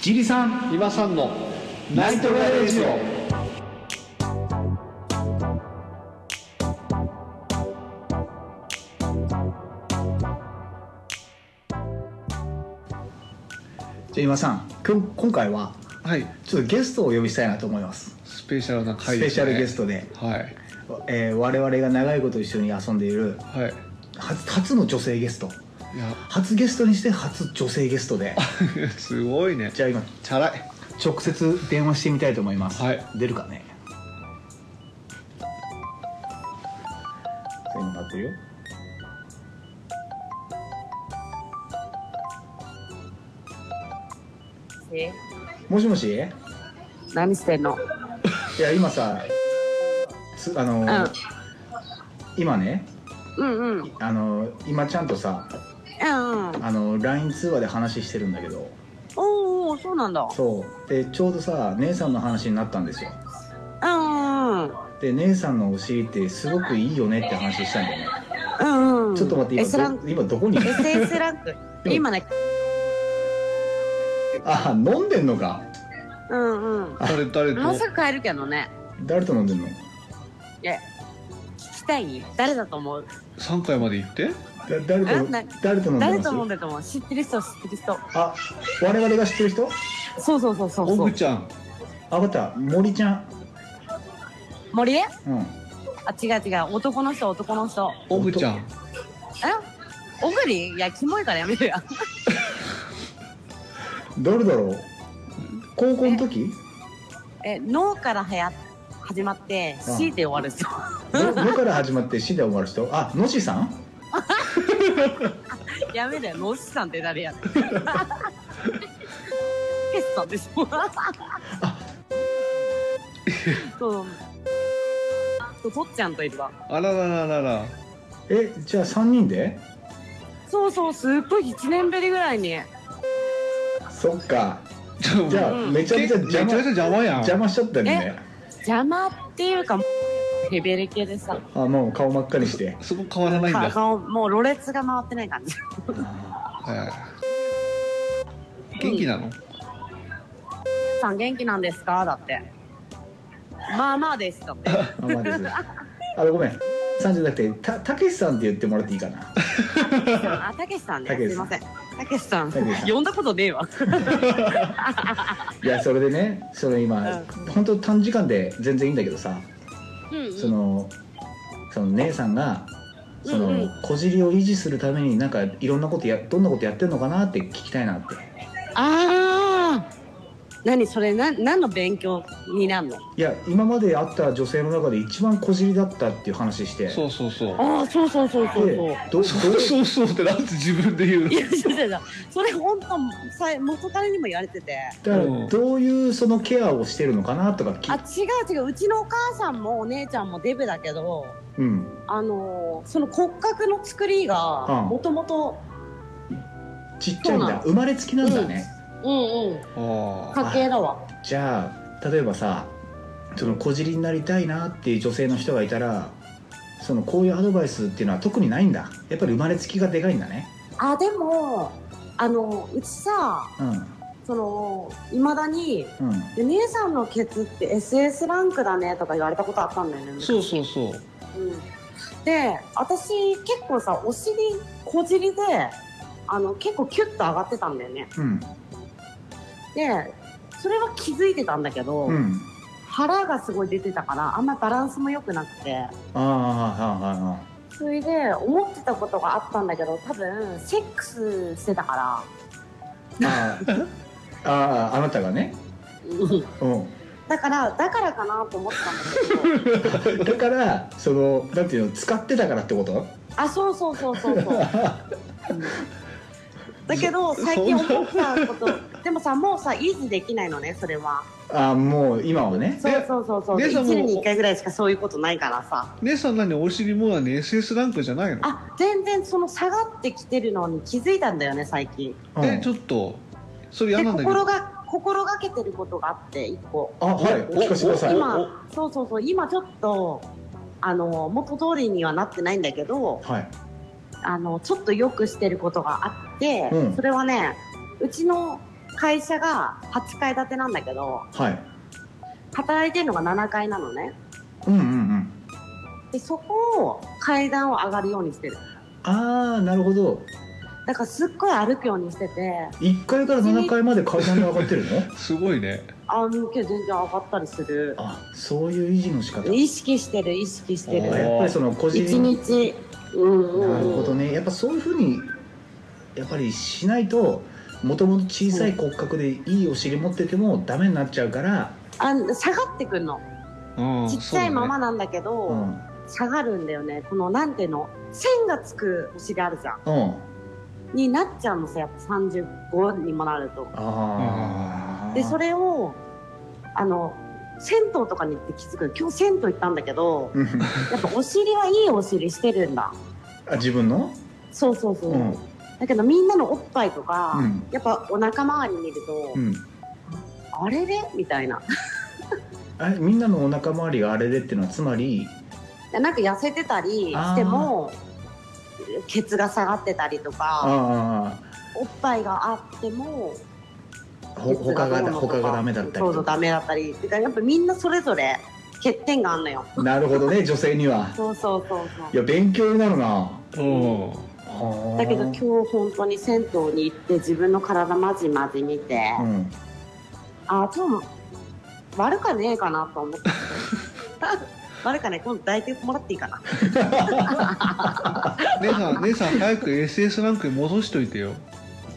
キリさん今さんのナイトガレージオじゃあ今さんくん今回ははいちょっとゲストをお呼びしたいなと思います、スペシャルな回スペシャルゲストで、はいえー我々が長いこと一緒に遊んでいるはい初初の女性ゲストいや初ゲストにして初女性ゲストで すごいねじゃあ今チャラい直接電話してみたいと思います、はい出るかね今鳴ってるよえもしもしい何してんのや今さつあのーうん今ねうんうんうんあのー今ちゃんとさうんあのー LINE 通話で話してるんだけどおーおーそうなんだそうでちょうどさ姉さんの話になったんですようんうんで姉さんのお尻ってすごくいいよねって話したんだよね、うんうんちょっと待って S 今ラどン今どこにいる SS ランク今ねあ飲んでんのかうんうん誰誰ともうすぐ帰るけどね誰と飲んでんのえ聞きたい誰だと思う3回まで行ってだ誰とえな誰と飲んでます誰と思うんだと思う知ってる人知ってる人あ我々が知ってる人そうそうそうそうオそうグちゃんあ分かった森ちゃん森でうんあ違う違う男の人男の人オグちゃんえ小栗いやキモいからやめるや誰だろう高校の時え脳からはや始まってうん C で終わる人ののから始まって死で終わる人あのしさんやめるよ脳師さんって誰 やねんケスさんでしょそうそうとっちゃんといるわあらららららえじゃあ3人でそうそうすっごい1年ぶりぐらいにそっかじゃあじゃあうんめちゃめちゃめちゃ邪めちゃ魔邪魔やん邪魔しちゃったよね邪魔っていうかヘベレケでさあもう顔真っ赤にしてそこ変わらないんだ顔もうろれつが回ってない感じはいはい元気なのさん元気なんですかだってまあまあです だってあまあですあごめんさんじゃなくてたたけしさんって言ってもらっていいかなあたけしさんねたけすしいさまんせんたけしさんたけしさん呼んだことねえわいやそれでねそれ今、本当短時間で全然いいんだけどさうんうんそのその姉さんがその、うんうんこじりを維持するためになんかいろんなことやどんなことやってんのかなって聞きたいなってああ何それな何の勉強になるのいや今まで会った女性の中で一番こじりだったっていう話してそうそうそうああそうそうそうそうでそうどどうそうそうそうってなんて自分で言うのいやそうだよそれ本当さ元彼にも言われててだかうんらどういうそのケアをしてるのかなとかあき違う違ううちのお母さんもお姉ちゃんもデブだけどうんあのーその骨格の作りがうんもともとちっちゃいんそうなだの生まれつきなんだね、うんうんああ家系だわじゃあ例えばさそのこじりになりたいなっていう女性の人がいたらそのこういうアドバイスっていうのは特にないんだやっぱり生まれつきがでかいんだねあでもあのうちさうんそのいまだにうん「姉さんのケツって SS ランクだね」とか言われたことあったんだよねそうそうそううんで私結構さお尻小尻であの結構キュッと上がってたんだよねうんでそれは気づいてたんだけど、うん腹がすごい出てたからあんまバランスも良くなくてあああそれで思ってたことがあったんだけど多分セックスしてたあかあああああああなたがねらうだからだからかなと思ってた んだけどんだからそのなんていうの使ってたからってことあそうそうそうそうそうだけど最近思ったことでもさもうさ維持できないのねそれはああもう今はねそうそうそうそうで1でその年に1回ぐらいしかそういうことないからさ姉さん何お尻もはね SS ランクじゃないのあ全然その下がってきてるのに気づいたんだよね最近うんえちょっとそれ嫌でなんだけど心が心がけてることがあって一個あはいおお聞かせてくださいおは今そうそうそう今ちょっとあの元通りにはなってないんだけどいあのちょっと良くしてることがあって、うんそれはねうちの会社が8階建てなんだけどはい働いてるのが7階なのねうんうんうんでそこを階段を上がるようにしてるああなるほどだからすっごい歩くようにしてて1階から7階まで階段で上がってるのすごいねああ今日全然上がったりするあそういう維持の仕方意識してる意識してあーるやっぱりその個人一日うんうんうんなるほどねやっぱそういうふうにやっぱりしないともともと小さい骨格でいいお尻持っててもダメになっちゃうから、あ下がってくんのうんちっちゃいまそまうなんだけどうん下がるんだよねこのなんていうの線がつくお尻あるじゃんうん、になっちゃうのさやっぱ35にもなるとああでそれをあの銭湯とかに行って気づく今日銭湯行ったんだけどうんやっぱお尻はいいお尻してるんだあ自分のそうそうそう、うんだけどみんなのおっぱいとか、うんやっぱお腹周り見ると、うんあれれみたいなあみんなのお腹周りがあれでっていうのはつまりなんか痩せてたりしてもケツが下がってたりとかあおっぱいがあってもあほ他がだ他がダメだったりそうそうとダかメだったりてかやっぱみんなそれぞれ欠点があんのよなるほどね女性にはそうそうそういそや勉強になるなだねうだけど今日日本当に銭湯に行って自分の体まじまじ見て、うんああ、今日も悪かねえかなと思って。 悪かねえ、今度抱いてもらっていいかな。うん姉 さん姉さん早く SS ランクに戻しといてよ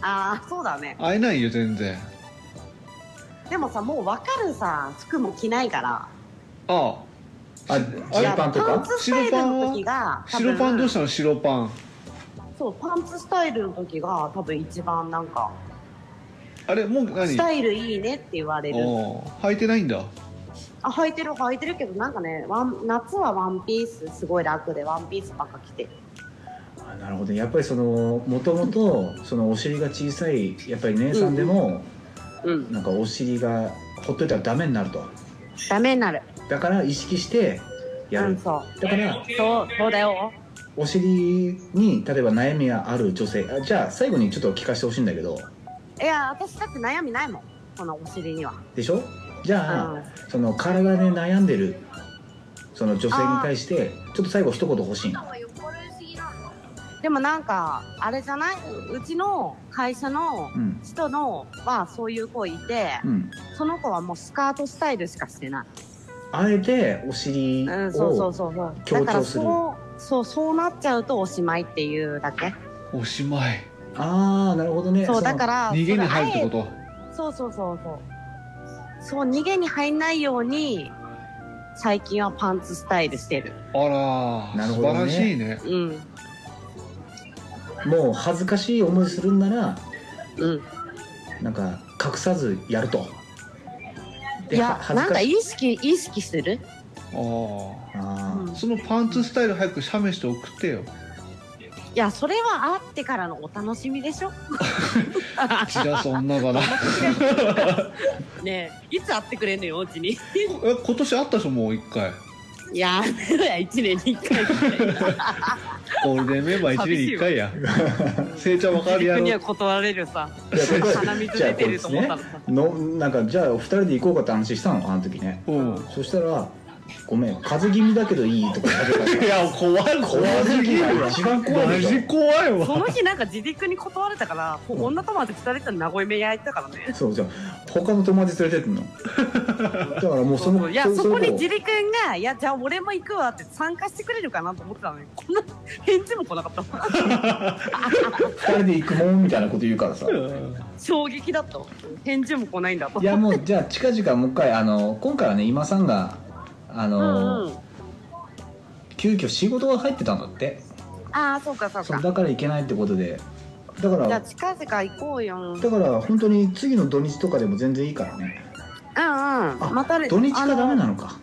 ああ、そうだね。会えないよ全然でもさ、もう分かるさ、服も着ないから。ああい白やパンとパンかツスタイルの時あ、が白パンどうしたたの白パンそう、パンツスタイルの時が多分一番なんか、あれもう何スタイルいいねって言われる。お履いてないんだあ、履いてる履いてるけど、なんかね、ワン夏はワンピースすごい楽で、ワンピースばっか着てる。あなるほどやっぱりそのもともとそのお尻が小さいやっぱり姉さんでも、うん。なんかお尻がほっといたらダメになるとダメになる。だから意識してやうる、ん、そう。だからそう、そうだよ。お尻に例えば悩みがある女性あじゃあ最後にちょっと聞かせてほしいんだけどいや、私だって悩みないもん。このお尻には。でしょじゃあ、うんその体で悩んでるその女性に対してちょっと最後一言欲しいなでもなんかあれじゃないううちの会社のうん人のはそういう子いてうんその子はもうスカートスタイルしかしてなあえてお尻い、うん、そうそうをそうそうだ強から調するそうそうそうなっちゃうとおしまいっていうだけおしまいああなるほどねそうだらから逃げに入るってこととそうそうそうそうそう逃げに入んないように最近はパンツスタイルしてるあらなーる素ほど晴ねらしいねうんもう恥ずかしい思いするんならうんなんか隠さずやるといはや恥なずんかかし意識意識するあああーうんそのパンツスタイル早く写メして送ってよいやそれは会ってからのお楽しみでしょ散らす女 だなねえいつ会ってくれんのようちにえ今年あったでしょもう一回 やめろや1年に1回ぐらいゴールデンメンバー1年に1回や成長わかるや 自分にろは断れるさいやこれ鼻水じゃあ出てると思ったのさ、これですねのなんかじゃあお二人で行こうかって話したのあの時ねうんそしたら「ごめん風邪気味だけどいい」とか言われたからいや怖い怖すぎるよマ一番怖いでしジ怖いそわの日なんか自力に断られたから、ほうん女友達2人と名古屋目焼いてたからねょそうじゃあ他の友達連れてってんのだからもうそのいやそこにうジリ君が「いやじゃあ俺も行くわ」って参加してくれるかなと思ってたのにこんな返事も来なかった二人で行くもんみたいなこと言うからさい衝撃だと返事も来ないんだとやもうじゃあ近々もう一回あの今回はね今さんがあうの、んうん急遽仕事が入ってたんだってああそうかそうそかうだから行けないってことでだからじゃあ近々行こうよだから本当に次の土日とかでも全然いいからねうんうんまた土日かダメなののか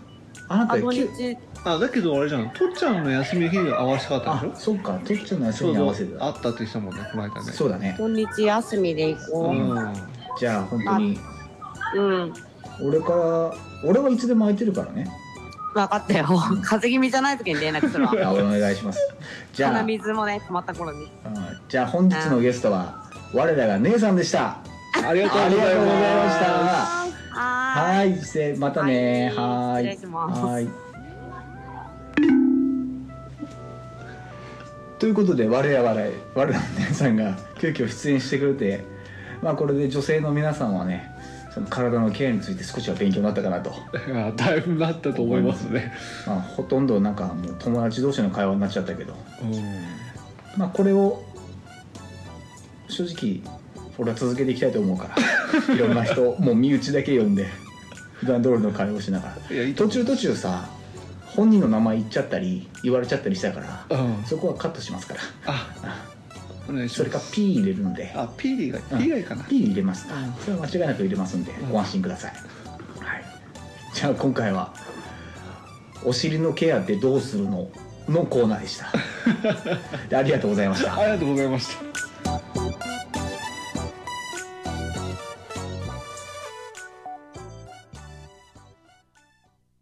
あなあた土きゅ日あだけどあれじゃんとっちゃんの休みの日に合わせたかっあたでしそっかとっちゃんのょ休みに合わせてあだったって人もんねこの間ねそうだね土日休みで行うこんじゃあ本当にううん俺から俺はいつでも空いてるからね分かったよ 風邪気味じゃない時に連絡するわあお願いし ます じゃあ、鼻うん水もね溜まった頃にじゃあ本日のゲストは我らが姉さんでしたありがとうあごりがざいとうございままししたた。ははいしてまたねははいい失礼しますはいということで我々我々の皆さんが急遽出演してくれてまあこれで女性の皆さんはねその体のケアについて少しは勉強になったかなと、あだいぶなったと思いますね。まあ、ほとんどなんかもう友達同士の会話になっちゃったけどうんまあこれを正直俺は続けていきたいと思うからいろんな人もう身内だけ呼んで普段通りの会話をしながらいやいいと途思中う途中さ本人の名前言っちゃったり言われちゃったりしたからうんそこはカットしますからあ、お願いしそまれかす。 P 入れるのであ、ピーがうんピーがいいかな。 P 入れますかうんそれは間違いなく入れますんでうんご安心ください、はい、じゃあ今回は「お尻の ケアってどうするの?」のコーナーでしたでありがとうございましたありがとうございました。